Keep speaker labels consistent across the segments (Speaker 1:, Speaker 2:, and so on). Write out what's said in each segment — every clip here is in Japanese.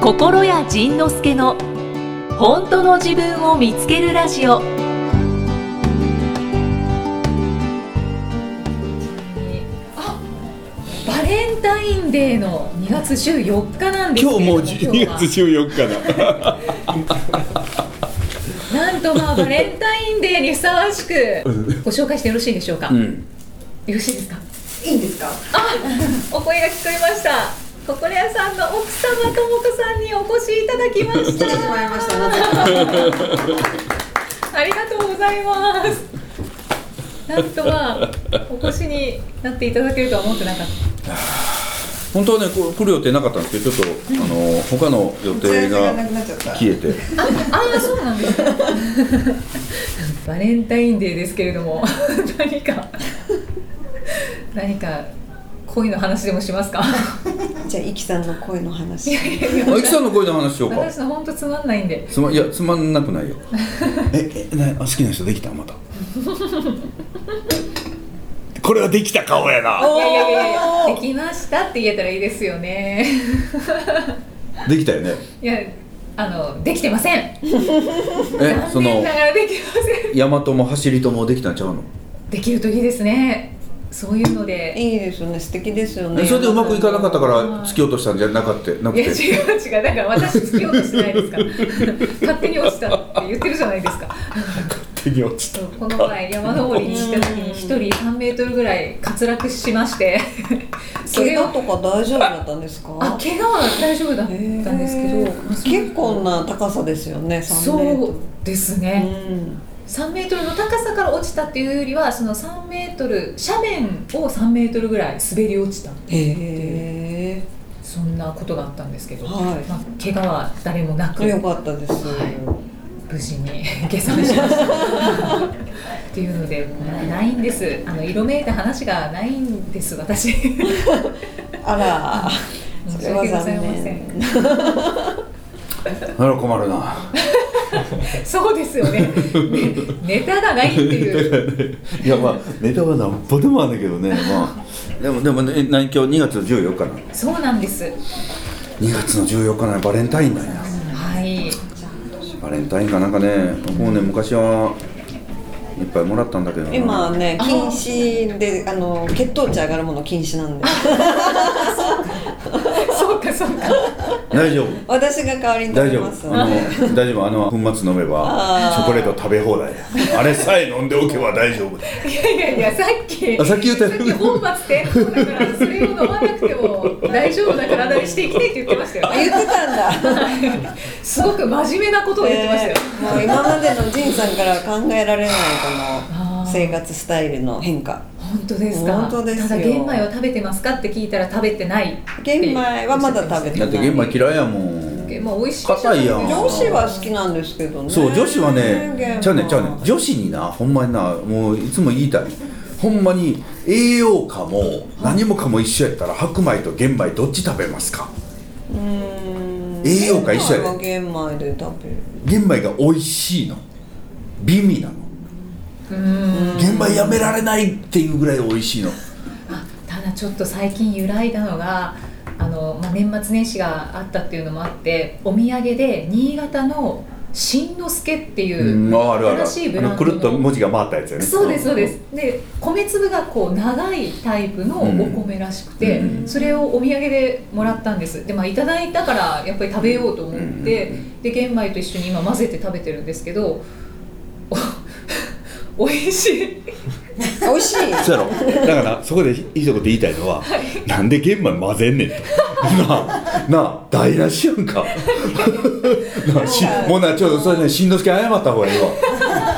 Speaker 1: 心谷仁之助の本当の自分を見つけるラジオバレンタインデーの2月週4日なんですけれ
Speaker 2: 今日
Speaker 1: ど
Speaker 2: も
Speaker 1: も
Speaker 2: う12月14日だ
Speaker 1: なんと まあバレンタインデーにふさわしくご紹介してよろしいでしょうか、
Speaker 2: う
Speaker 1: よ
Speaker 2: ん
Speaker 1: ろしいですか
Speaker 3: いいんですか。
Speaker 1: お声が聞こえました心屋さんの奥様ともこさんにお越しいただきまし
Speaker 3: 来てしまいました。なぜか。
Speaker 1: たありがとうございますなんとまあお越しになっていただけるとは思ってなかっ
Speaker 2: 本当はねこ来る予定なかったんですけどちょっとあの他の予定
Speaker 3: が
Speaker 2: が
Speaker 3: なくなっちゃった。
Speaker 2: 消えて
Speaker 1: たああそうなんですかバレンタインデーですけれども何か何か恋の話でもしますか
Speaker 3: じゃあ、イキさんの声の 話。
Speaker 2: あいきさんの声の話しようか
Speaker 1: 私の本当つまんないんで
Speaker 2: つまいやつまんなく ないよええな好きな人できたまたこれはできた顔やない
Speaker 1: やいやいやいやできましたって言えたらいいですよね
Speaker 2: できたよね
Speaker 1: いやあのできてません
Speaker 2: えそ
Speaker 1: 残念
Speaker 2: の
Speaker 1: ながらできません
Speaker 2: 大和も走りともできたんちゃうの
Speaker 1: できるといいですねそういうので
Speaker 3: いいですよね。素敵ですよ
Speaker 2: え
Speaker 3: ね。
Speaker 2: それでうまくいかなかったから
Speaker 1: はい
Speaker 2: 突き落としたんじゃなかったな
Speaker 1: い
Speaker 2: く
Speaker 1: や違う
Speaker 2: て
Speaker 1: 違うだから私突き落としてないですから勝手に落ちたって言ってるじゃないですか
Speaker 2: 手に落ち
Speaker 1: そうこの前山登りに行った時に一人3メートルぐらい滑落しましてそ
Speaker 3: 怪
Speaker 1: れ
Speaker 3: 我
Speaker 1: を
Speaker 3: とか大丈夫だったんです
Speaker 1: あ
Speaker 3: か。
Speaker 1: 怪我は大丈夫だった
Speaker 3: へー
Speaker 1: んですけど
Speaker 3: 結構な高さですよね。3メート
Speaker 1: そう
Speaker 3: ル
Speaker 1: ですね、
Speaker 3: うん。
Speaker 1: 3メートルの高さから落ちたっていうよりはその3メートル斜面を3メートルぐらい滑り落ちた
Speaker 3: へえ。
Speaker 1: そんなことがあったんですけど、
Speaker 3: は
Speaker 1: まあ、怪我は誰もなく
Speaker 3: い。よかったです。
Speaker 1: は無事に 下山しましたっていうのでもうなないんですあの色めいた話がないんです私申
Speaker 3: あら。そ
Speaker 1: し
Speaker 3: れは
Speaker 1: 訳ござい
Speaker 3: 残
Speaker 1: ません
Speaker 3: 念。
Speaker 2: なら困るな
Speaker 1: そうですよねねネタがないっていう
Speaker 2: いやまあネタはなんぼでもあるんだけどねまあでもでもね何今日2月の14日な
Speaker 1: そうなんです
Speaker 2: 2月の14日なバレンタインだよ
Speaker 1: はい
Speaker 2: バレンタインかなんかねもうね昔はいっぱいもらったんだけどな
Speaker 3: 今ね、禁止で、あの血糖値上がるもの禁止 なんで。
Speaker 1: そうかそうか
Speaker 2: 大丈夫
Speaker 3: 私が代わりに食
Speaker 2: 大
Speaker 3: べ
Speaker 2: 丈
Speaker 3: ます
Speaker 2: 夫あの大丈夫あの粉末飲めば
Speaker 3: あー
Speaker 2: チョコレート食べ放題あれさえ飲んでおけば大丈夫だ
Speaker 1: いやいやいやさっき
Speaker 2: あさっき言った
Speaker 1: さっき本末転倒だからそれを飲まなくても大丈夫な体にしていきたいって言ってましたよ
Speaker 3: あ 言ってたんだ。
Speaker 1: すごく真面目なことを言ってましたよ、
Speaker 3: えーもう今までの仁さんからは考えられないこ
Speaker 1: あ
Speaker 3: の
Speaker 1: ー
Speaker 3: 生活スタイルの変化
Speaker 1: 本当ですか
Speaker 3: 本当ですよ
Speaker 1: ただ玄米は食べてますかって聞いたら食べてないって
Speaker 3: 玄米はまだ食べて
Speaker 2: だ
Speaker 3: な
Speaker 2: っ
Speaker 3: い
Speaker 2: て玄米嫌いやもん
Speaker 1: 玄米美味しいじゃないですか
Speaker 2: 硬いやん
Speaker 3: 女子は好きなんですけどね
Speaker 2: そう女子は
Speaker 3: 玄
Speaker 2: ね
Speaker 3: 米
Speaker 2: ちゃうねちゃうね女子になほんまになもういつも言いたいほんまに栄養価も何もかも一緒やったら白米と玄米どっち食べますか
Speaker 3: うーん
Speaker 2: 栄養価一緒やで
Speaker 3: 玄米は玄米で食べる
Speaker 2: 玄米が美味しいの美味なの
Speaker 1: うん
Speaker 2: 玄米やめられないっていうぐらい美味しいの
Speaker 1: あただちょっと最近揺らいだのがあの、まあ、年末年始があったっていうのもあってお土産で新潟のしんのすけっていう、
Speaker 2: うんああるある
Speaker 1: 新しいブ
Speaker 2: あ
Speaker 1: ランドの
Speaker 2: のくるっと文字が回ったやつやね
Speaker 1: そうですそうですで米粒がこう長いタイプのお米らしくて、
Speaker 2: うんうん
Speaker 1: それをお土産でもらったんですでまあいただいたからやっぱり食べようと思って、
Speaker 2: うんう
Speaker 1: で玄米と一緒に今混ぜて食べてるんですけどお 美味しい
Speaker 3: 美味し い
Speaker 2: そうやろだからそこでひ一言言いたいのは、なんで玄米混ぜんねんとなあなあ台無しや んかなあしもうなちょっとそれねしんのすけ謝った方がいいわ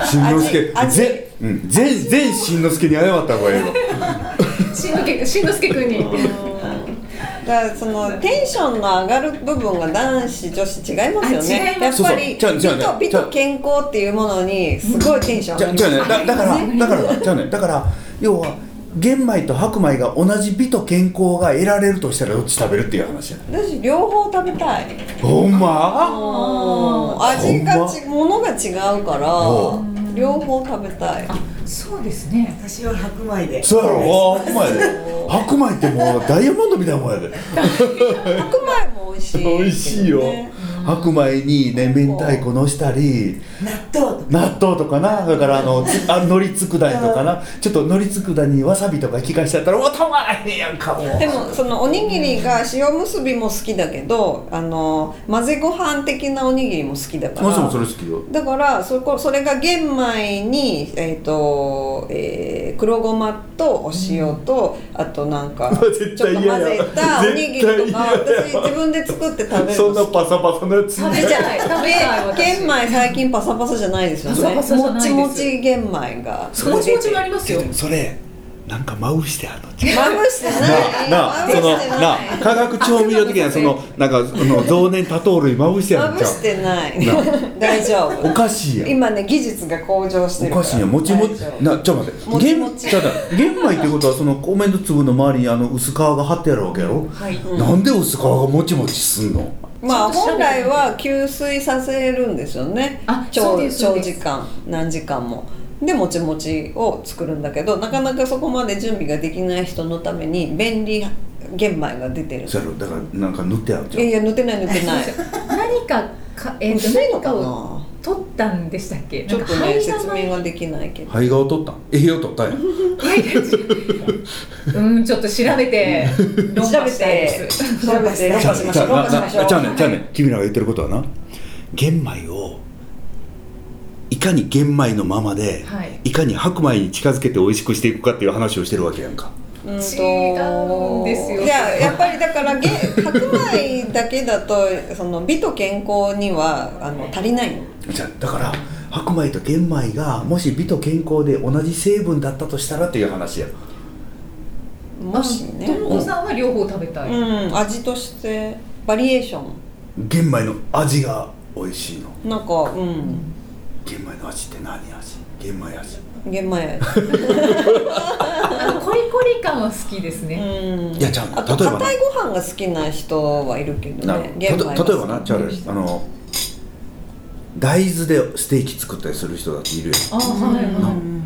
Speaker 2: しんのすけ
Speaker 3: 味
Speaker 2: 全うん全全しんのすけに謝った方がいいわ
Speaker 1: しんのけしんのすけくんに
Speaker 3: だからそのテンションの上がる部分が男子女子違いますよ
Speaker 1: あ
Speaker 3: ね
Speaker 1: 違い
Speaker 3: や
Speaker 1: ま
Speaker 3: っ
Speaker 2: す
Speaker 3: ぱ
Speaker 2: そうそう
Speaker 3: り美
Speaker 2: ちゃうちゃう
Speaker 3: と美と健康っていうものにすごいテンション上
Speaker 2: じ
Speaker 3: が
Speaker 2: ゃじ
Speaker 3: りま
Speaker 2: ゃあ
Speaker 3: す
Speaker 2: ねだだからだからじゃあねだから要は玄米と白米が同じ美と健康が得られるとしたらどっち食べるっていう話やね
Speaker 3: 私両方食べたい
Speaker 2: ほんま
Speaker 3: 味がち、ものが違うから
Speaker 2: お
Speaker 3: 両方食べたい
Speaker 1: そうですね
Speaker 4: 私は白米で
Speaker 2: そうやろあー白米で白米ってもうダイヤモンドみたいなもんやで
Speaker 3: 白米も美味しい、
Speaker 2: 美味しいよ白米にね明太子のしたり
Speaker 4: 納豆とか
Speaker 2: 納豆とかなだからあのつ あのりつくだにとかなちょっとのりつくだにわさびとか効かしちゃったらおたまらへんやんかもう
Speaker 3: でもそのおにぎりが塩むすびも好きだけどあの混ぜご飯的なおにぎりも好きだから
Speaker 2: 私もそれ好きよ
Speaker 3: だからそこそれが玄米に、えーとえー黒ごまとお塩と、あとなんか
Speaker 2: 絶
Speaker 3: ちょっ
Speaker 2: 対
Speaker 3: と混
Speaker 2: 嫌や
Speaker 3: ぜたおにぎりとか
Speaker 2: 絶対嫌や
Speaker 3: 私自分で作って食べる
Speaker 2: そんな
Speaker 3: の
Speaker 2: パサパサのやつ
Speaker 1: 食べ
Speaker 3: え
Speaker 1: ち
Speaker 3: じゃ
Speaker 1: ゃい食べない
Speaker 3: あ
Speaker 1: 私
Speaker 3: 玄米最近パサパサじゃないですよね
Speaker 1: パサパサじゃないです
Speaker 3: もちもち玄米が
Speaker 1: もちもちもありますよ
Speaker 2: それなんかまぶしてあるの
Speaker 3: まぶしてない
Speaker 2: なあ
Speaker 3: まぶ
Speaker 2: その
Speaker 3: してない
Speaker 2: なあ化学調味料的なそのなんかその増年多糖類まぶしてあ
Speaker 3: ま
Speaker 2: るん
Speaker 3: ぶ
Speaker 2: ちゃ
Speaker 3: してない大丈
Speaker 2: うお
Speaker 3: 夫
Speaker 2: かしいやん
Speaker 3: 今ね技術が向上してる
Speaker 2: お
Speaker 3: から
Speaker 2: かしいやんもちもち
Speaker 3: 大丈夫
Speaker 2: なちょっと待って
Speaker 3: もちも
Speaker 2: 玄
Speaker 3: ち
Speaker 2: ちょっと待って玄米ってことはその米の粒の周りにあの薄皮が張ってあるわけやろ、
Speaker 1: はい
Speaker 2: なんで薄皮がもちもちすんの
Speaker 3: まあ
Speaker 1: ちょっと調
Speaker 3: 本
Speaker 1: べてみて
Speaker 3: 来は吸水させるんですよね
Speaker 1: あそ
Speaker 3: 長
Speaker 1: うですそう
Speaker 3: 長
Speaker 1: です
Speaker 3: 時間何時間もでもちもちを作るんだけどなかなかそこまで準備ができない人のために便利玄米が出てる
Speaker 2: そうやろだからなんか塗ってある
Speaker 3: いやい
Speaker 2: じ
Speaker 3: や塗ってない塗ってない
Speaker 1: 何かかえっと
Speaker 3: 薄いの
Speaker 1: 何か
Speaker 3: かな
Speaker 1: を取ったんでしたっけ
Speaker 3: ちょっと
Speaker 1: なんか
Speaker 3: ね
Speaker 1: 肺が
Speaker 3: 説明ができないけど
Speaker 2: ゃん肺がを取ったん栄養取ったんや
Speaker 1: うんちょっと調べて論
Speaker 3: 調
Speaker 1: 破
Speaker 3: べ
Speaker 1: したい
Speaker 3: て
Speaker 1: です
Speaker 3: 調べて論
Speaker 4: 論
Speaker 2: ちゃ
Speaker 3: 破
Speaker 2: う
Speaker 3: し
Speaker 2: ね
Speaker 3: ま
Speaker 2: ち
Speaker 3: し
Speaker 2: ゃう
Speaker 3: ょう論
Speaker 2: な
Speaker 3: 破しま
Speaker 2: な
Speaker 3: しょう
Speaker 2: ちゃうねんちゃうねん君らが言ってることはな玄米をいかに玄米のままで、
Speaker 1: はい
Speaker 2: いかに白米に近づけて美味しくしていくかっていう話をしてるわけやんか
Speaker 3: うんと
Speaker 1: 違うんですよ
Speaker 3: いややっぱりだからげ白米だけだとその美と健康にはあの足りないの
Speaker 2: じゃあだから白米と玄米がもし美と健康で同じ成分だったとしたらっていう話や
Speaker 3: もしね
Speaker 1: ともこさんは両方食べたい、
Speaker 3: うん、味としてバリエーショ
Speaker 2: 玄米の味が美味しいの
Speaker 3: ンなんかうん
Speaker 2: 玄米の味って何味玄米味、
Speaker 3: 玄米
Speaker 1: あのコリコリ感は好きですね、
Speaker 3: うん
Speaker 2: いやちゃう
Speaker 3: あと
Speaker 2: 例えばな
Speaker 3: 硬いご飯が好きな人はいるけど
Speaker 2: な
Speaker 3: ね玄
Speaker 2: る
Speaker 3: 米
Speaker 2: ほどた例えばなチャー
Speaker 1: う
Speaker 2: ル
Speaker 1: ん
Speaker 2: あの大豆でステーキ作ったりする人だっているやん
Speaker 1: あはいは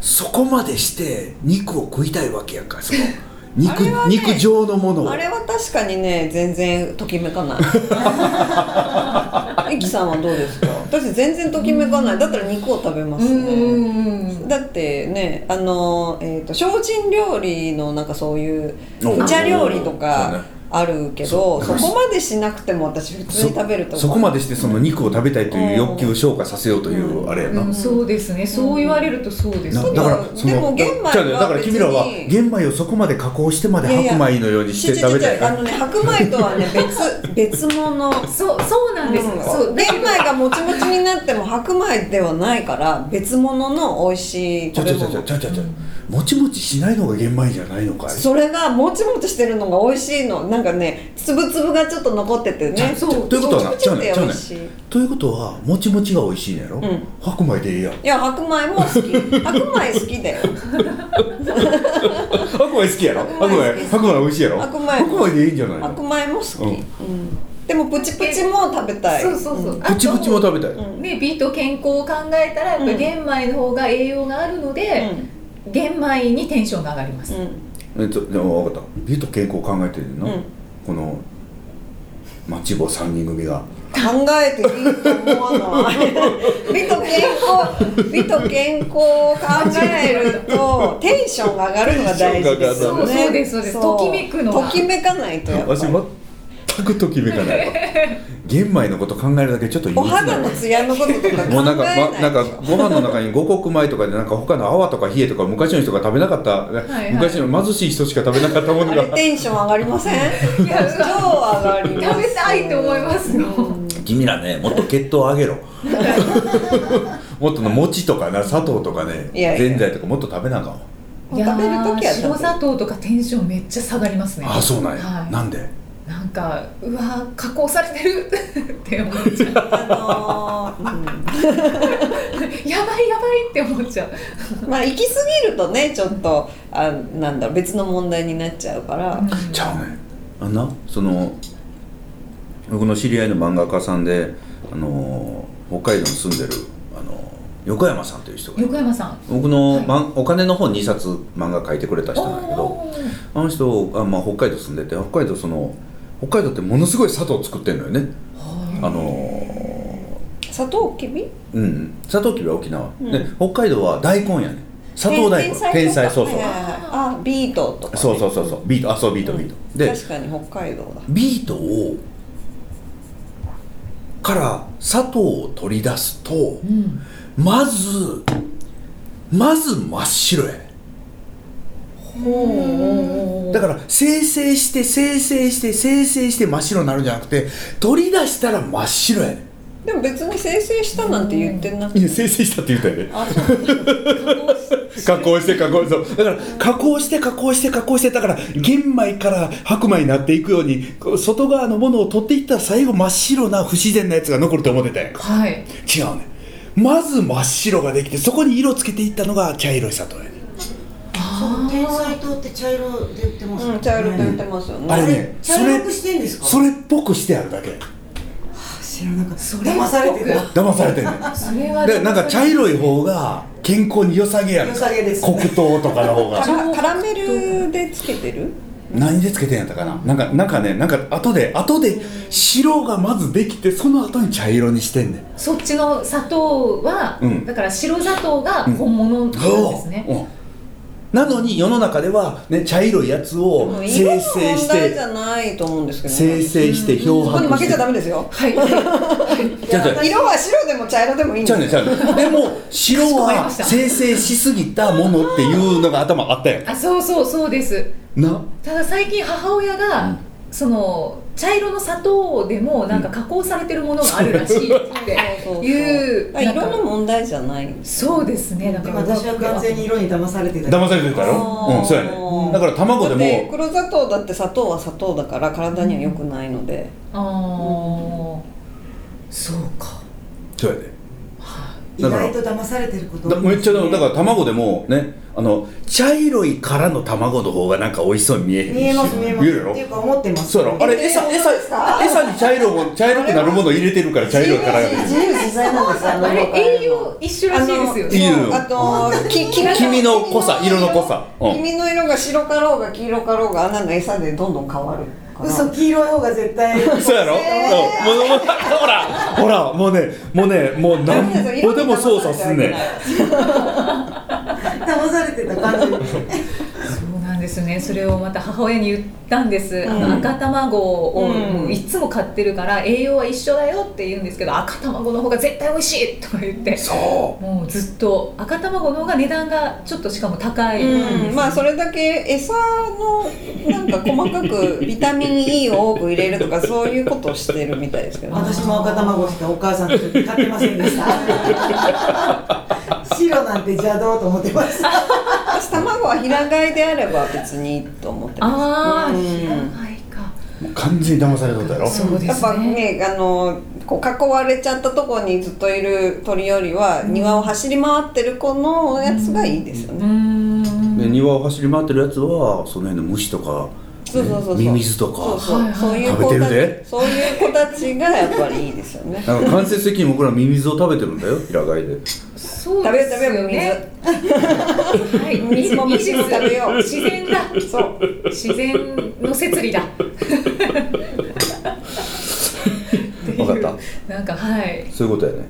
Speaker 2: そこまでして肉を食いたいわけやんかその肉
Speaker 3: あれはね
Speaker 2: 肉状のものを
Speaker 3: あれは確かにね全然とき めかないイキさんはどうですか私全然ときめかないだったら肉を食べま
Speaker 1: い
Speaker 3: す
Speaker 1: うん
Speaker 3: ね
Speaker 1: うん
Speaker 3: だってねあの、えー、と精進料理のなんかそういう
Speaker 2: お
Speaker 3: お茶料理と
Speaker 2: そう
Speaker 3: か
Speaker 2: ね
Speaker 3: あるけど
Speaker 2: そ
Speaker 3: そうこまでしなくても私普通に食べると思
Speaker 2: そうそこまでしてその肉を食べたいという欲求を消化させようというあれやな、
Speaker 1: うん、そうですねそう言われるとそうです
Speaker 2: な
Speaker 1: ね
Speaker 2: だから
Speaker 3: でも
Speaker 2: その
Speaker 3: でも玄米は
Speaker 2: じゃあねだから
Speaker 3: 別に
Speaker 2: 君らは玄米をそこまで加工してまで
Speaker 3: いやいや
Speaker 2: 白米のようにし
Speaker 3: ち
Speaker 2: て
Speaker 3: ちち
Speaker 2: 食べたい
Speaker 3: あのね白米とはね 別別物
Speaker 1: そうそうなんです、
Speaker 3: うん
Speaker 1: そう
Speaker 3: 玄米がもちもちになっても白米ではないから別物の美味しい
Speaker 2: ちょ
Speaker 3: 食
Speaker 2: ち
Speaker 3: べ
Speaker 2: ょちょちょ
Speaker 3: 物
Speaker 2: ちょちょちょもちもちしないのが玄米じゃないのかい
Speaker 3: それがもちもちしてるのが美味しいのなんかね粒々がちょっと残っててね
Speaker 1: そう
Speaker 2: ということは
Speaker 3: も
Speaker 2: な
Speaker 3: ち
Speaker 2: ちゃ
Speaker 3: も
Speaker 2: う
Speaker 3: ちっ
Speaker 2: ね
Speaker 3: て
Speaker 2: んちゃう
Speaker 3: 美
Speaker 2: ねん
Speaker 3: 味しい
Speaker 2: ということはもちもちが美味しいんやろ、
Speaker 3: ん
Speaker 2: 白米でいいや ん
Speaker 3: いや白米も好き白米好きだよ
Speaker 2: 白米好きやろ白米白米美味しいやろ
Speaker 3: 白米
Speaker 2: でいいんじゃない
Speaker 3: 白
Speaker 2: の
Speaker 3: 米も好き、
Speaker 2: う
Speaker 3: うんんでもプチプチも食べたい
Speaker 1: そうそうそう、
Speaker 2: プチプチも食べたい、
Speaker 3: うん
Speaker 1: ね、美と健康を考えたらやっぱ
Speaker 3: うん
Speaker 1: 玄米の方が栄養があるの
Speaker 3: うん
Speaker 1: で、玄米にテンションが上がります、
Speaker 3: う
Speaker 2: え
Speaker 3: ん
Speaker 2: っとでも分かった美と健康を考えてるの、
Speaker 3: うん
Speaker 2: このマッチ棒3人組が
Speaker 3: 考えていいと思わない美と健康美と健康を考えるとテンションが上がるのが大事ですよね
Speaker 1: そうそうですそうですときめくのが
Speaker 3: ときめかないとやっぱ
Speaker 2: 私
Speaker 3: り
Speaker 2: 全くときめかないわ玄米のこと考えるだけちょっと憂
Speaker 3: お
Speaker 2: 鬱な
Speaker 3: 肌のツヤのこととか考えない
Speaker 2: もうなんか、ま、なんか
Speaker 3: でしょ
Speaker 2: ご飯の中に五穀米とかでなんか他の泡とか冷えとか昔の人が食べなかった、
Speaker 1: はい
Speaker 2: 昔の貧しい人しか食べなかったもの
Speaker 3: あれ
Speaker 2: が
Speaker 3: テンション上がりません
Speaker 1: いや
Speaker 3: 超上がります
Speaker 1: 食べたいと思いますよ
Speaker 2: 君らねもっと血糖上げろもっとの餅とかな砂糖とかね
Speaker 3: いやいや
Speaker 2: ぜんざいとかもっと食べなあかんわ
Speaker 3: 食べる時は
Speaker 1: 白
Speaker 3: 食べる
Speaker 1: 砂糖とかテンションめっちゃ下がりますね
Speaker 2: ああそうなんや、
Speaker 1: はい
Speaker 2: なんで
Speaker 1: なんかうわー加工されてる って思っちゃう
Speaker 3: あのーうん
Speaker 1: やばいやばいって思っちゃう
Speaker 3: まあ行き過ぎるとねちょっとあなんだろう別の問題になっちゃうから、
Speaker 1: うん
Speaker 2: ちゃうねあんなその僕の知り合いの漫画家さんで、あのー北海道に住んでる、あの横山さんという人が
Speaker 1: 横山さん
Speaker 2: 僕の、まんお金の本2冊漫画書いてくれた人なんだけど
Speaker 1: おー
Speaker 2: あの人あ、まあ、北海道住んでて北海道その北海道ってものすごい砂糖作ってるのよねあの
Speaker 3: 砂糖きび
Speaker 2: ーうん砂糖きびは沖縄、
Speaker 3: うん
Speaker 2: で北海道は大根やね砂糖大根
Speaker 3: 天
Speaker 2: 天才そうそう、
Speaker 3: はいはいはいあビートとか
Speaker 2: そうそうそうそうビートあそうビートビート、で
Speaker 3: 確かに北海道だ
Speaker 2: ビートをから砂糖を取り出すと、
Speaker 1: うん
Speaker 2: まずまず真っ白やねだから生成して生成して生成して真っ白になるんじゃなくて取り出したら真っ白やね
Speaker 3: でも別に生成したなんて言ってなくて
Speaker 2: いや生成したって言ったよね
Speaker 3: あそう
Speaker 2: 加工して加工してそうだから加工して加工して加工してだから玄米から白米になっていくようにこう外側のものを取っていったら最後真っ白な不自然なやつが残ると思ってたやんか
Speaker 1: はい
Speaker 2: 違うねまず真っ白ができてそこに色つけていったのが茶色い砂糖やね
Speaker 1: あ
Speaker 4: 天才糖って茶色で売ってます
Speaker 3: うん茶色って言って
Speaker 4: ね
Speaker 3: ますよ
Speaker 2: あれ
Speaker 3: ね
Speaker 2: ね
Speaker 4: 茶色くしてんですか
Speaker 2: それっぽくしてあるだけ
Speaker 4: 知らなかった
Speaker 1: それ
Speaker 4: 騙されてる
Speaker 2: 騙されてんねん
Speaker 1: それは
Speaker 2: でなんか茶色い方が健康に良さげやん
Speaker 4: 良さげです
Speaker 2: 黒糖とかの方
Speaker 3: カ
Speaker 2: が
Speaker 3: ラカラメルでつけてる
Speaker 2: 何でつけてんやったかななんかなんかねなんか後で後で白がまずできてその後に茶色にしてんねん
Speaker 1: そっちの砂糖は、
Speaker 2: うん
Speaker 1: だから白砂糖が本物なんですね、
Speaker 2: うんなのに世の中では、ね、茶色いやつを
Speaker 3: もう色
Speaker 2: 生
Speaker 3: の
Speaker 2: 成し
Speaker 3: 問題じ
Speaker 2: て
Speaker 3: ゃないと思うんですけどね
Speaker 2: 生成して漂
Speaker 3: そこに
Speaker 2: 白
Speaker 3: 負
Speaker 2: し
Speaker 3: けち
Speaker 2: て
Speaker 3: ゃダメですよ
Speaker 1: はい
Speaker 2: じゃあじゃあ
Speaker 3: 色は白でも茶色でもいいん
Speaker 2: ち
Speaker 3: で
Speaker 2: ゃうねん
Speaker 3: す
Speaker 2: ちゃうねんでも白
Speaker 1: かしこまり
Speaker 2: は
Speaker 1: ました
Speaker 2: 生成しすぎたものっていうのが頭あったやん
Speaker 1: あそうそうそうです
Speaker 2: な
Speaker 1: ただ最近母親が、
Speaker 2: うん
Speaker 1: その茶色の砂糖でもなんか加工されてるものがあるらしいって
Speaker 3: そうそうそう
Speaker 1: いう
Speaker 3: あ
Speaker 1: なんか
Speaker 3: 色の問題じゃないんです
Speaker 1: そうですねなんか
Speaker 4: でも私は完全に色に騙されてた
Speaker 2: 騙されてたやろ
Speaker 3: あー
Speaker 2: うんそうやねんだから卵で
Speaker 3: だって
Speaker 2: も
Speaker 3: 黒砂糖だって砂糖は砂糖だから体には良くないので、
Speaker 1: ああそうか
Speaker 2: そうやねん
Speaker 4: 意外と騙されてること
Speaker 2: だ
Speaker 4: 多い
Speaker 2: めっ
Speaker 4: で
Speaker 2: ちゃ
Speaker 4: すね
Speaker 2: だから卵でもねあの茶色い殻の卵の方がなんか美味しそうに見えへんし
Speaker 4: 見えます見えます
Speaker 2: 見える
Speaker 4: ってい
Speaker 2: や
Speaker 4: うか思ってま
Speaker 2: ろ
Speaker 4: す
Speaker 2: そうやろあれ餌餌餌に茶色も茶色くなるもの入れてるから茶色い殻が出て
Speaker 4: 自由自在なんですあの
Speaker 1: あれ栄養一緒らしいですよね
Speaker 2: いいよ
Speaker 3: あのき黄
Speaker 2: 黄身の濃さ色の濃さうん
Speaker 3: 黄身の色が白かろうが黄色かろうがあんなの餌でどんどん変わるから
Speaker 4: 嘘黄色い方が絶対
Speaker 2: そうやろ、うんもうもうほらほらもうねもうねもうなんぼでも操作すんねん
Speaker 4: 騙されてた感じ
Speaker 1: そうなんですねそれをまた母親に言ったんです、あ
Speaker 3: うん
Speaker 1: の赤卵を
Speaker 3: うん
Speaker 1: もういつも買ってるから栄養は一緒だよって言うんですけど赤卵の方が絶対美味しいとか言って
Speaker 2: そ
Speaker 1: もうずっと赤卵の方が値段がちょっとしかも高い、
Speaker 3: うん、まあそれだけ餌のなんか細かくビタミン E を多く入れると かそういうことをしてるみたいですけど、ね、
Speaker 4: 私も赤卵しかお母さんの時買ってませんでした 白なんて邪道と思ってます
Speaker 3: 私卵は平飼いであれば別にいいと思ってま
Speaker 1: あ
Speaker 3: す
Speaker 1: あ、
Speaker 3: う
Speaker 1: ひらが
Speaker 3: ん
Speaker 1: いか
Speaker 2: うもう完全に騙されとったやろ
Speaker 1: そうで
Speaker 3: やっ
Speaker 1: す
Speaker 3: ぱ
Speaker 1: ね
Speaker 3: ねあのこう囲われちゃったとこにずっといる鳥よりは庭を走り回ってる子のやつがいいですよ
Speaker 1: うー
Speaker 3: ね、
Speaker 1: ん
Speaker 2: で庭を走り回ってるやつはその辺の虫とか
Speaker 3: そうそうそうそう
Speaker 2: ミミズとか
Speaker 3: そうそうそういう
Speaker 2: 食
Speaker 3: 子
Speaker 2: べ
Speaker 3: た
Speaker 2: てるで
Speaker 3: ちそういう子たちがやっぱりいいですよね
Speaker 2: なんか間接的に僕らミミズを食べてるんだよ平飼いで
Speaker 1: そう
Speaker 3: 食べ
Speaker 1: です
Speaker 3: よう食べよ
Speaker 1: よ
Speaker 3: う
Speaker 1: ね
Speaker 3: 水
Speaker 1: はい
Speaker 3: 水も水も食べよう
Speaker 1: 自然だそう自然の摂理だ
Speaker 2: 分かった
Speaker 1: なんかはい
Speaker 2: そういうことやね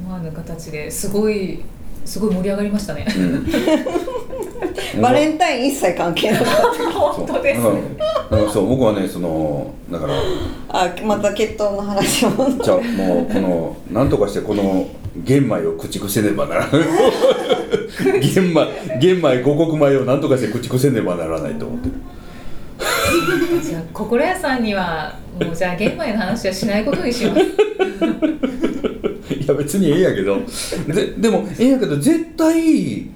Speaker 1: 思わぬ形ですごいすごい盛り上がりましたね
Speaker 2: うん
Speaker 3: バレンタイン一切関係なかった
Speaker 2: そ う
Speaker 1: 本当です
Speaker 2: だからなんかそう僕はねそのだから
Speaker 3: あまた血糖の話を
Speaker 2: じゃあもうこのなんとかしてこの玄米を駆逐せねばならない玄米玄米五穀米をなんとかして駆逐せねばならないと思ってる
Speaker 1: じゃあ心屋さんにはもうじゃあ玄米の話はしないことにします
Speaker 2: いや別にええやけどででもええやけど絶対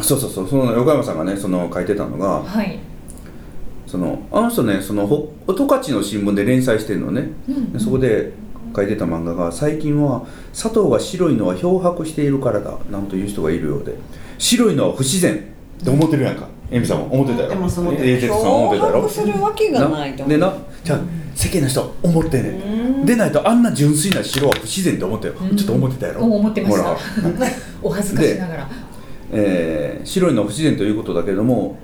Speaker 2: そうそうそうその横山さんがねその書いてたのが
Speaker 1: はい
Speaker 2: そのあの人ねそのほ十勝の新聞で連載してるのね、
Speaker 1: うん
Speaker 2: でそこで書いてた漫画が最近は砂糖が白いのは漂白しているからだなんという人がいるようで白いのは不自然って思ってるやんか、エミさんも思ってたやろ
Speaker 4: 思ってます思ってます
Speaker 2: ええ哲さん思ってたやろ
Speaker 3: 漂白するわけがないと思う
Speaker 2: でなじゃあ世間の人は思ってんねんでないとあんな純粋な白は不自然と思ったよ
Speaker 1: うん
Speaker 2: ちょっと思ってたやろ
Speaker 1: お思ってまし
Speaker 2: ほ
Speaker 1: た
Speaker 2: ら
Speaker 1: お恥ずかしながら
Speaker 2: えー白いのは不自然ということだけれども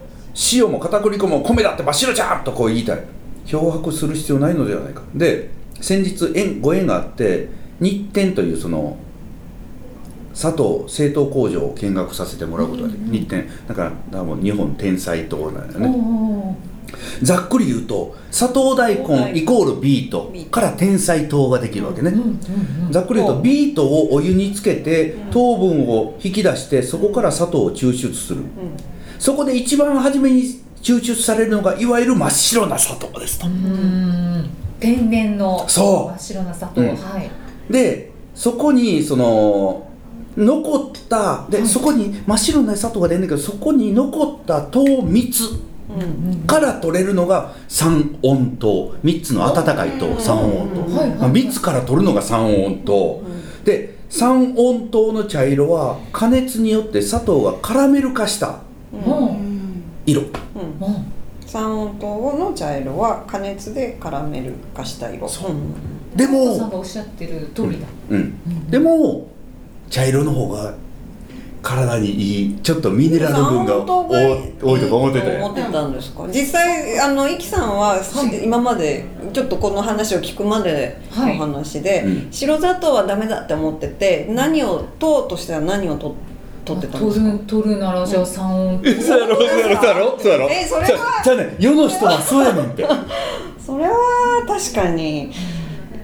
Speaker 2: 塩も片栗粉も米だって真っ白じゃんとこう言いたい漂白する必要ないのではないかで先日縁ご縁があって日展というその佐藤製糖工場を見学させてもらうことができ
Speaker 1: うんうん
Speaker 2: 日展だからだからもう日本天才となんだよ
Speaker 1: お
Speaker 2: ね
Speaker 1: お
Speaker 2: ざっくり言うと砂糖大根イコールビートから天才糖ができるわけね、
Speaker 1: うんうんうん
Speaker 2: ざっくり言うとビートをお湯につけて糖分を引き出してそこから砂糖を抽出する、そこで一番初めに抽出されるのがいわゆる真っ白な砂糖ですと、
Speaker 1: うん天然の
Speaker 2: そう
Speaker 1: 真っ白な砂糖、
Speaker 2: うん
Speaker 1: はい
Speaker 2: でそこにその残ったで、
Speaker 1: はい
Speaker 2: そこに真っ白な砂糖が出るんだけどそこに残った糖蜜から取れるのが三温糖3つの温かい糖三温糖、
Speaker 1: はいはい
Speaker 2: まあ、蜜から取るのが三温糖、で三温糖の茶色は加熱によって砂糖がカラメル化した
Speaker 1: うん
Speaker 2: 色
Speaker 3: うん
Speaker 1: うん
Speaker 3: 三温糖の茶色は加熱でカラメル化した色
Speaker 2: そ
Speaker 3: ん
Speaker 2: で
Speaker 1: お
Speaker 2: も
Speaker 1: 父さんがおっしゃってる通りだ、
Speaker 2: うん、でも茶色の方が体にいいちょっとミネラル分が
Speaker 3: 三温糖
Speaker 2: 多い多いとか思ってた
Speaker 3: 思
Speaker 2: よ
Speaker 3: ってたんですか実際あのイキさんは、
Speaker 1: い
Speaker 3: 今までちょっとこの話を聞くまでの話で、
Speaker 2: はいうん
Speaker 3: 白砂糖はダメだって思ってて何を糖としては何をと取ってたんですか
Speaker 1: 取る取るならじゃあ三音
Speaker 2: えそうやろそうやろそうやろそうやろ
Speaker 3: えそれは
Speaker 2: じゃじゃあね世の人はそうやねんって
Speaker 3: それは確かに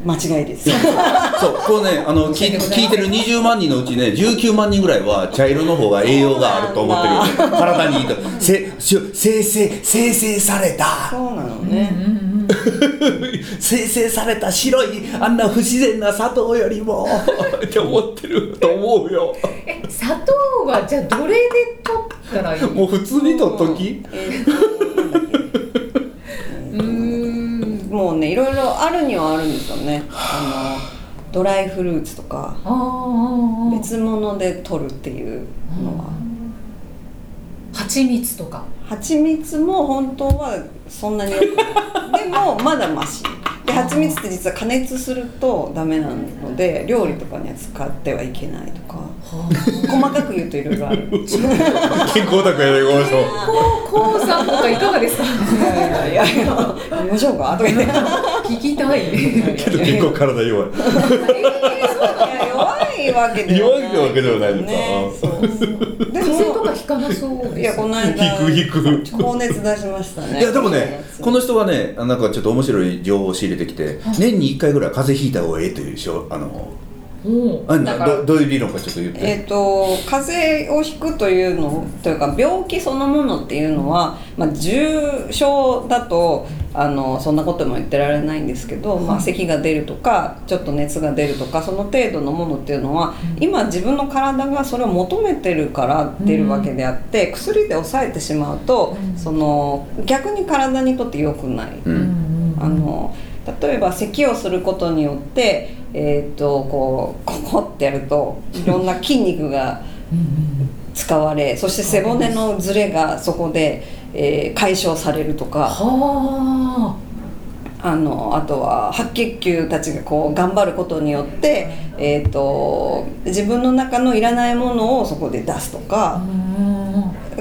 Speaker 3: 間違いです
Speaker 2: そうこうねあ の聞い聞いてる20万人のうちね19万人ぐらいは茶色の方が栄養があると思ってるよね体にいいとせし生成生成された
Speaker 3: そうなの
Speaker 1: うん
Speaker 3: ね
Speaker 1: うんうん
Speaker 2: 生成された白いあんな不自然な砂糖よりも って思ってると思うよ
Speaker 1: え砂糖はじゃあどれで取ったらいい
Speaker 2: もう普通にとっとき
Speaker 3: えーなんだっ
Speaker 1: うーん
Speaker 3: けもうねいろいろあるにはあるんですよねあのドライフルーツとか
Speaker 1: あーあーあー
Speaker 3: 別物で取るっていうのは
Speaker 1: 蜂蜜とか
Speaker 3: 蜂蜜も本当はそんなによくないでもまだマシで蜂蜜って実は加熱するとダメなので料理とかには使ってはいけないとか細かく言うといろいろあ る
Speaker 2: 健康だからねこの 人
Speaker 1: こうさんとかいかがですか
Speaker 3: いやいやいややめましょうかとか言ってい
Speaker 1: 聞きたい
Speaker 2: けど結構体弱い
Speaker 3: や弱いわけではない
Speaker 2: 弱いわけではないのか
Speaker 3: ねそうそうで
Speaker 1: 風邪と
Speaker 3: も
Speaker 1: かひかなそう
Speaker 3: い
Speaker 1: で
Speaker 3: や
Speaker 1: す
Speaker 3: この間
Speaker 2: 引く引く
Speaker 3: 高熱出しましたね
Speaker 2: いやでもねこの人はねなんかちょっと面白い情報を仕入れてきて年に1回ぐらい風邪ひいた方がええというしょあの
Speaker 1: おう
Speaker 2: あ
Speaker 3: だ
Speaker 2: な
Speaker 3: から
Speaker 2: どどういう理論かちょっと言って、
Speaker 3: えー、と風邪をひくというのというか病気そのものっていうのは、まあ、重症だとあのそんなことも言ってられないんですけど、まあ、咳が出るとかちょっと熱が出るとかその程度のものっていうのは今自分の体がそれを求めてるから出るわけであって、薬で抑えてしまうと、
Speaker 1: うん
Speaker 3: その逆に体にとって良くない。
Speaker 2: う
Speaker 1: うんんうん
Speaker 3: あの例えば咳をすることによって、えー、とこうココってやるといろんな筋肉が
Speaker 1: うんうん
Speaker 3: 使われそして背骨のズレがそこで、えー解消されるとか
Speaker 1: は
Speaker 3: あのあとは白血球たちがこう頑張ることによって、えー、と自分の中のいらないものをそこで出すと
Speaker 1: あ
Speaker 3: か、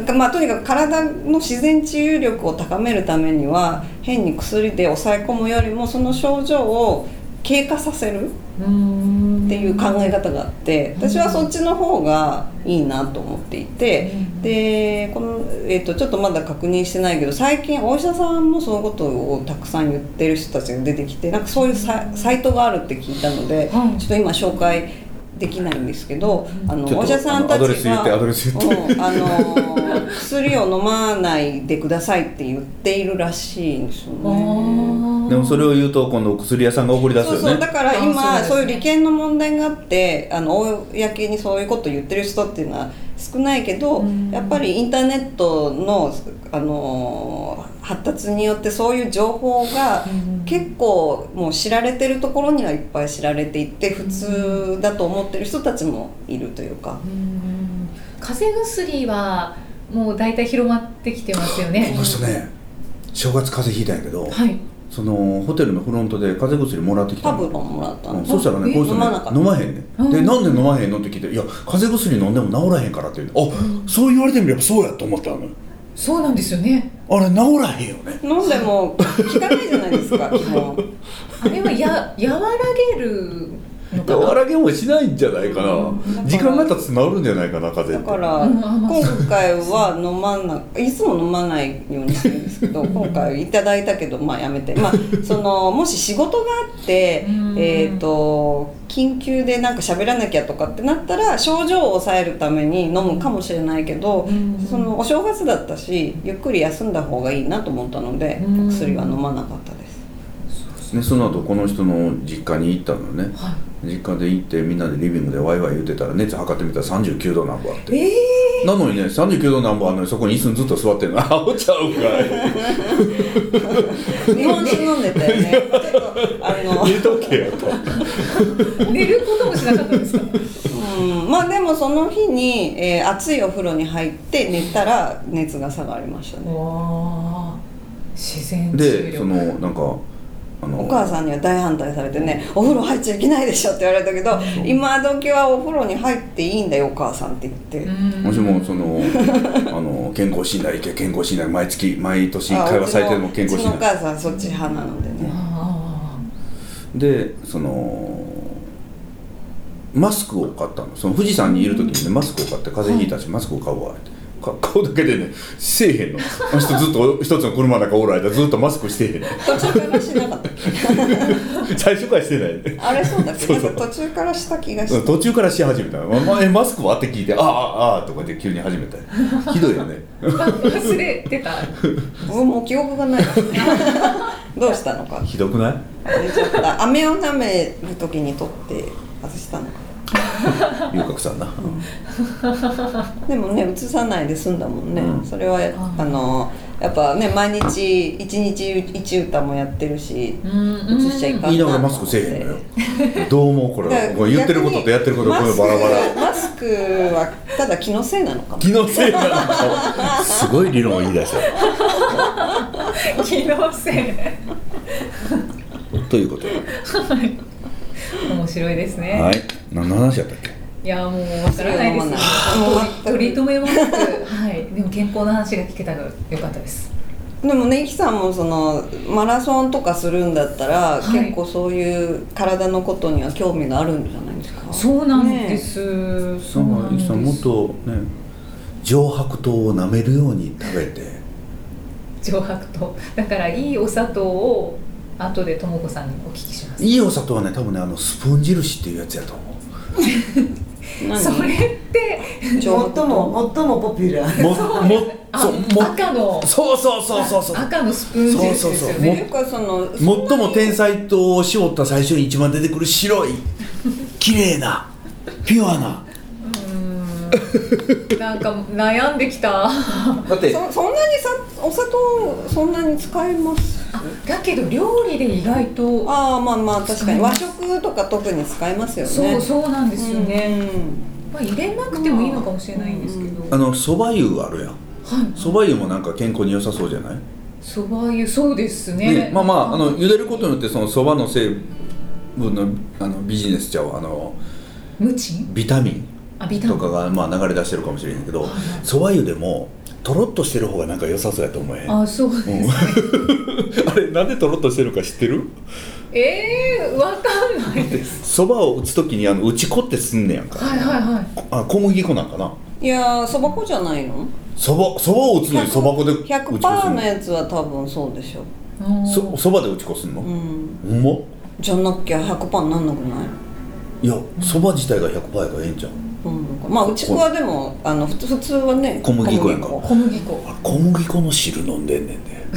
Speaker 1: う
Speaker 3: まあ、とにかく体の自然治癒力を高めるためには変に薬で抑え込むよりもその症状を経過させる
Speaker 1: ん
Speaker 3: っていう考え方があって私はそっちの方がいいなと思っていて
Speaker 1: うん
Speaker 3: でこの、えー、とちょっとまだ確認してないけど最近お医者さんもそういうことをたくさん言ってる人たちが出てきてなんかそういうササイトがあるって聞いたので、
Speaker 1: はい
Speaker 3: ちょっと今紹介できないんですけど、あの
Speaker 2: ちょっと
Speaker 3: お医者さんたちが
Speaker 2: あのアドレス言ってアドレス言って
Speaker 3: うんあの薬を飲まないでくださいって言っているらしいんですよね。
Speaker 1: あー
Speaker 2: でもそれを言うと今度薬屋さんが怒り出すよ
Speaker 3: そ
Speaker 2: ね
Speaker 3: うそうだから
Speaker 1: あ
Speaker 3: 今
Speaker 1: そ
Speaker 3: そうう
Speaker 1: ですね
Speaker 3: いう利権の問題があってあの公にそういうこと言ってる人っていうのは少ないけど
Speaker 1: うん
Speaker 3: やっぱりインターネットの、あのー発達によってそういう情報が
Speaker 1: うん
Speaker 3: 結構もう知られてるところにはいっぱい知られていって普通だと思ってる人たちもいるというか
Speaker 1: う。ん風邪薬はもう大体広まってきてますよね
Speaker 2: この人ね正月風邪ひいたんやけど
Speaker 1: はい
Speaker 2: そのホテルのフロントで風邪薬もらってきた
Speaker 3: パ
Speaker 2: の
Speaker 3: ブロンもらった
Speaker 2: う
Speaker 3: の
Speaker 2: ん、そしたらね
Speaker 1: え
Speaker 2: この人
Speaker 3: 飲
Speaker 2: ね
Speaker 3: まなかった
Speaker 2: 飲まへんねんでなんで飲まへんのって聞いて「いや風邪薬飲んでも治らへんから」って言うのあそう言われてみればそうやと思ったのよ
Speaker 1: そうなんですよね
Speaker 2: あれ治らへんよね
Speaker 3: 飲んでも効かないじゃないで すか基本
Speaker 1: あれはや和らげるのか
Speaker 2: 和
Speaker 1: な
Speaker 2: らげもしないんじゃないか
Speaker 3: だ
Speaker 2: な
Speaker 3: から
Speaker 2: 時間が経つと治るんじゃないかな風邪
Speaker 3: だ
Speaker 2: って
Speaker 3: から
Speaker 1: うんあまあ
Speaker 3: 今回は飲まないいつも飲まないようにしてるんで すけど今回いただいたけどまあやめてまあそのもし仕事があって
Speaker 1: うん
Speaker 3: えっと緊急でなんか喋らなきゃとかってなったら症状を抑えるために飲むかもしれないけど
Speaker 1: うん
Speaker 3: そのお正月だったしゆっくり休んだ方がいいなと思ったので
Speaker 1: うん
Speaker 3: 薬は飲まなかったです。
Speaker 2: ね、その後この人の実家に行ったのね、
Speaker 1: は
Speaker 2: 実家で行ってみんなでリビングでワイワイ言ってたら熱測ってみたら39度なんぼあって、
Speaker 1: え
Speaker 2: なのにね39度なんぼあるのにそこに椅子にずっと座ってんの あおちゃうんかい
Speaker 3: 日本酒飲んでたよね。ちょっとあの
Speaker 2: 入れとけよと
Speaker 1: ー寝ることもしなかったんですか
Speaker 3: うん、まあでもその日に、えー熱いお風呂に入って寝たら熱が下がりましたね
Speaker 1: わあ自然治療
Speaker 2: でそのなんかあの
Speaker 3: お母さんには大反対されてね「お風呂入っちゃいけないでしょ」って言われたけど「今時はお風呂に入っていいんだよお母さん」って言って、
Speaker 1: うん
Speaker 2: もしもそのあの健康診断行け健康診断毎月毎年1回は最低でも健康
Speaker 3: うちの
Speaker 2: 診
Speaker 3: お母
Speaker 2: 断
Speaker 3: さんそっち派なのでね
Speaker 1: あ
Speaker 2: でそのマスクを買ったのその富士山にいる時にねマスクを買って風邪ひいたし、マスクを買うわってか買うだけでねせえへんのあの人ずっと一つの車の中おる間ずっとマスクしてへんね
Speaker 3: 途中からしなか ったっ
Speaker 2: 最初からしてないね
Speaker 3: けあれそうだっけ
Speaker 2: そうそう
Speaker 3: なんか途中からした気がし
Speaker 2: うん
Speaker 3: た
Speaker 2: 途中からし始めたの、ままえマスクはって聞いて「ああああ」とかで急に始めたひどいよね
Speaker 1: ーあ忘れてた
Speaker 3: うんもう記憶 がないどうしたのか
Speaker 2: ひどくない
Speaker 3: 寝ちゃった飴を舐める時に取って外したのか
Speaker 2: 遊郭さんな、
Speaker 3: でもね移さないで済んだもんね、
Speaker 2: うん
Speaker 3: それは
Speaker 1: あ
Speaker 3: あのやっぱね毎日一日一歌もやってるし
Speaker 1: うん
Speaker 3: 移しちゃいかん
Speaker 2: 言いなが
Speaker 3: と
Speaker 2: らマ
Speaker 3: 思って
Speaker 2: スクせえへんのよどう思うこれ
Speaker 3: だから
Speaker 2: これ言ってることとやってることこ
Speaker 3: 逆
Speaker 2: れ
Speaker 3: に
Speaker 2: バラバラ
Speaker 3: マスクマスクはただ気のせいなのかも
Speaker 2: 気のせいなのかすごい理論を言い出した
Speaker 1: 気のせい
Speaker 2: ということで
Speaker 1: 面白いですね、
Speaker 2: はい何の話やったっけ
Speaker 1: いやもうわからないですね
Speaker 3: それは思わない
Speaker 1: 取り留めもなく はいでも健康な話が聞けたのよかったです
Speaker 3: でもねイキさんもそのマラソンとかするんだったら、
Speaker 1: はい
Speaker 3: 結構そういう体のことには興味があるんじゃないですか
Speaker 1: そうなんです、そ
Speaker 2: そうう
Speaker 1: な
Speaker 2: なんん
Speaker 1: で
Speaker 2: ですすもっとね上白糖を舐めるように食べて
Speaker 1: 上白糖だからいいお砂糖を後でともこさんにお聞きします
Speaker 2: いいお砂糖はね多分ねあのスプーン印っていうやつやと思う
Speaker 3: 何
Speaker 1: それって
Speaker 3: ちょっと
Speaker 4: 最も最もポピュラー
Speaker 2: もも
Speaker 1: あ
Speaker 2: そうも
Speaker 1: 赤の
Speaker 2: そうそうそうそうそう
Speaker 1: 赤のスプーンジュースですよ
Speaker 2: そうそうそう
Speaker 1: ね
Speaker 3: なんかその
Speaker 2: 最も天才糖を絞った最初に一番出てくる白い綺麗なピュアな
Speaker 1: なんか悩んできた
Speaker 2: だって
Speaker 3: そそんなにさお砂糖そんなに使います
Speaker 1: だけど料理で意外と
Speaker 3: ああまあまあ確かに
Speaker 1: 使いま
Speaker 3: 和
Speaker 1: す
Speaker 3: 食とか特に使いますよね
Speaker 1: そう
Speaker 3: う
Speaker 1: そうなんですよね、
Speaker 3: ん
Speaker 1: まあ、入れなくてもいいのかもしれないんですけど、
Speaker 2: あのそば湯あるや
Speaker 1: は
Speaker 2: ん
Speaker 1: い
Speaker 2: そば湯もなんか健康に良さそうじゃない、
Speaker 1: そば湯そうですね
Speaker 2: ねまあまああの茹でることによってそのそばの成分のあのビジネスちゃうあの
Speaker 1: 無賃
Speaker 2: ビタミン
Speaker 1: あビタミ
Speaker 2: と
Speaker 1: ン
Speaker 2: かがまあ流れ出してるかもしれないけどそば湯でもとろっとしてる方がなんか良さそうやと思えへん
Speaker 1: あそうです、
Speaker 2: うん あれなんでとろっとしてるか知ってる
Speaker 1: ええー、わかんないです
Speaker 2: そばを打つ時にあの打ち粉ってすんねやんか、
Speaker 1: はいはいはい
Speaker 2: あ小麦粉なんかない
Speaker 3: やーそば粉じゃないの
Speaker 2: そばそばを打つのにそば粉で打ち粉すん
Speaker 3: 100%の
Speaker 2: の
Speaker 3: やつは多分そうでしょ
Speaker 1: うん
Speaker 2: そそばで打ち粉すんの、
Speaker 3: う、ん、
Speaker 2: ほんま
Speaker 3: じゃなきゃ100%なんなくない
Speaker 2: いやそば自体が100%やからええんちゃう
Speaker 3: うん、まあうち子はでもあのふつ普通はね
Speaker 2: 小麦粉やんか
Speaker 1: 小麦粉
Speaker 2: あれ小麦粉の汁飲んでんねんで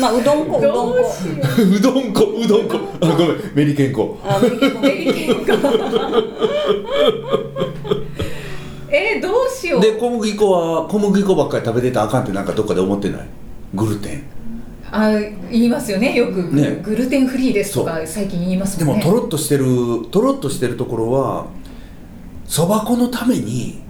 Speaker 3: まあうどん粉うどん
Speaker 1: どう
Speaker 3: 粉
Speaker 1: しよ
Speaker 2: うどん粉うどん粉あごめんメリケン粉
Speaker 3: あ麦粉
Speaker 1: うメリケンがえー、どうしよう
Speaker 2: で小麦粉は小麦粉ばっかり食べてたらあかんってなんかどっかで思ってないグルテン
Speaker 1: あ言いますよねよく、
Speaker 2: ね
Speaker 1: グルテンフリーですとか最近言います
Speaker 2: で
Speaker 1: もん
Speaker 2: も
Speaker 1: ね
Speaker 2: とろっとしてるとろっとしてるところはそば粉のために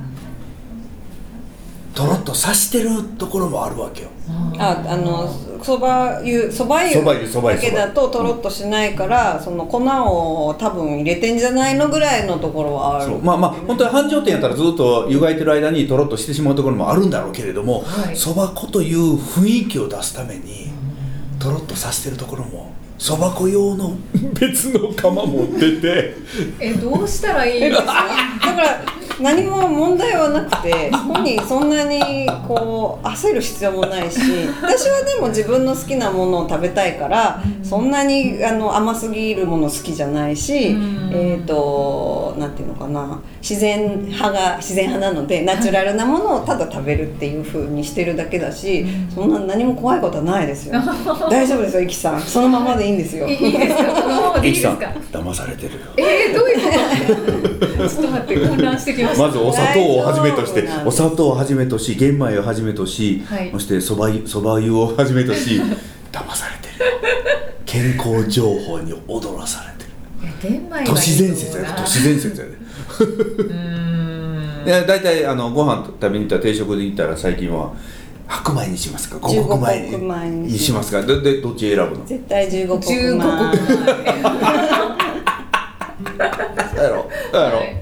Speaker 2: とろっと刺してるところもあるわけよ
Speaker 1: あー
Speaker 3: ああのそば湯そば湯
Speaker 2: そば湯そば湯
Speaker 3: だけだととろっとしないから、その粉を多分入れてんじゃないのぐらいのところはあ
Speaker 2: そ
Speaker 3: る
Speaker 2: うまあまあ本当に繁盛店やったらずっと湯がいてる間にとろっとしてしまうところもあるんだろうけれども
Speaker 1: はい
Speaker 2: そば、粉という雰囲気を出すためにとろっとさせてるところもそば粉用の別の釜持って て
Speaker 1: えどうしたらいいんですか
Speaker 3: だから何も問題はなくて本人そんなにこう焦る必要もないし私はでも自分の好きなものを食べたいからそんなにあの甘すぎるもの好きじゃないし、
Speaker 1: うん
Speaker 3: えっ、となんていうのかな自然派が自然派なのでナチュラルなものをただ食べるっていう風にしてるだけだしそんな何も怖いことはないです よ大丈夫ですよイキさんそのままでいいんですよ
Speaker 1: いいいですかこのままでいいです
Speaker 2: ゆきさん
Speaker 1: か
Speaker 2: 騙されてるよ
Speaker 1: えー、どういう ことちょっと待って混乱してきました
Speaker 2: まずお砂糖をはじめとして
Speaker 3: 大丈夫なん
Speaker 2: お砂糖をはじめとし玄米をはじめとし、
Speaker 1: はい
Speaker 2: そしてそば湯そば湯をはじめとし騙されて るよ健康情報に驚かされて
Speaker 1: いや
Speaker 2: る
Speaker 1: 玄米はいいと思うな
Speaker 2: 都市伝説やで都市伝説やで
Speaker 1: うーん
Speaker 2: いや大体あのご飯食べに行ったら定食で行ったら最近は白米にしますか五穀米
Speaker 3: 五穀米に
Speaker 2: にしますかででどっち選ぶの
Speaker 3: 絶対15個
Speaker 1: 15
Speaker 3: ま
Speaker 1: 穀米
Speaker 2: そうやろそうやろ、
Speaker 1: はい、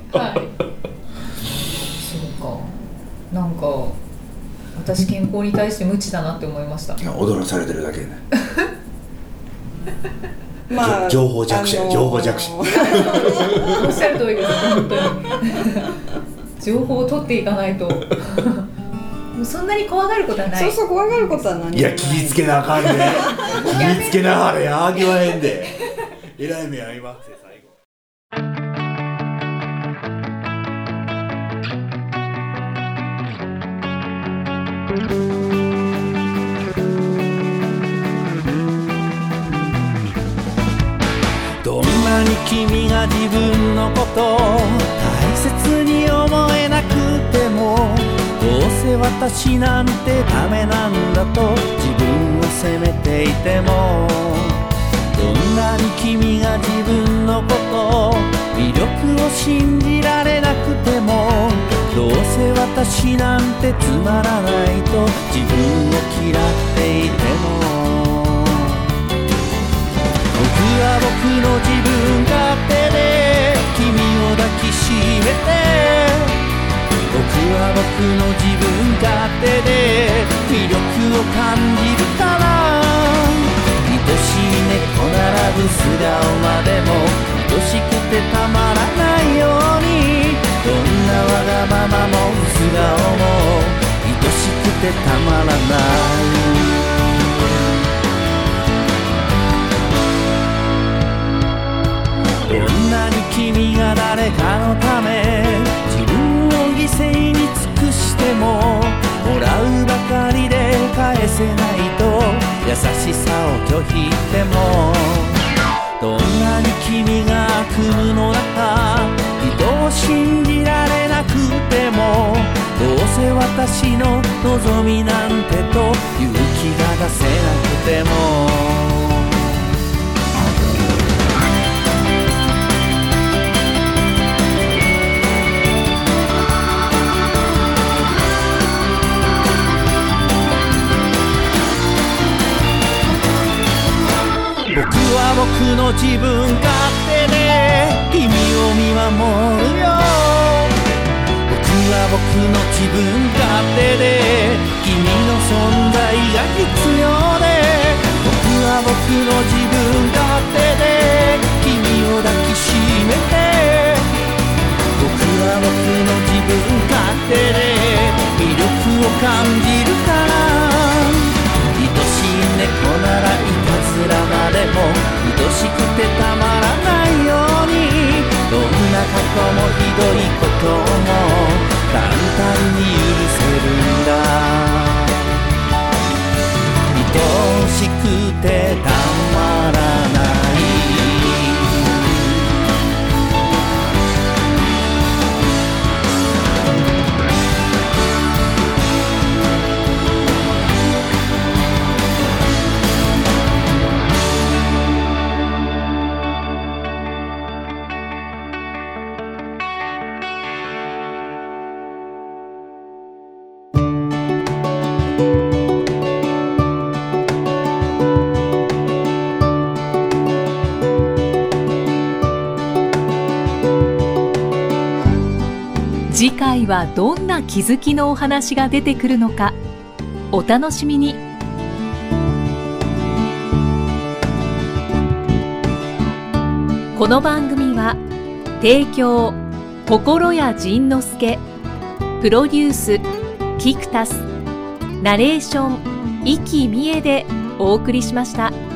Speaker 1: そうかなんか私健康に対して無知だなって思いました
Speaker 2: いや驚かされてるだけね
Speaker 3: まあ
Speaker 2: 情報弱者や
Speaker 3: あのー
Speaker 2: 情報弱者
Speaker 1: おっしゃる通りです本 当に情報を取っていかないと そんなに怖がることはない
Speaker 3: そうそう怖がることは何もない
Speaker 2: いや気ぃつけなあかんね気ぃつけなあれあきまへんでえらい目合いますよ最後
Speaker 5: どんなに君が自分のことを大切に思えなくてもどうせ私なんてダメなんだと自分を責めていてもどんなに君が自分のことを魅力を信じられなくてもどうせ私なんてつまらないと自分を嫌っていても僕は僕の自分勝手で君を抱きしめて僕は僕の自分勝手で魅力を感じるから愛しい猫並ぶ素顔までも愛しくてたまらないようにどんなわがままも素顔も愛しくてたまらないどんなに君が誰かのため自分を犠牲に尽くしてももらうばかりで返せないと優しさを拒否してもどんなに君が悪夢の中人を信じられなくてもどうせ私の望みなんてと勇気が出せなくても僕は僕の自分勝手で君を見守るよ僕は僕の自分勝手で君の存在が必要で僕は僕の自分勝手で君を抱きしめて僕は僕の自分勝手で魅力を感じるから愛しい猫ならいたずらまでも愛しくてたまらないようにどんな過去もひどいことも簡単に許せるんだ愛しくてたまらない「どんなに君が自分のことを
Speaker 6: はどんな気づきのお話が出てくるのかお楽しみにこの番組は提供心谷仁之助プロデュースキクタスナレーション生きみえでお送りしました。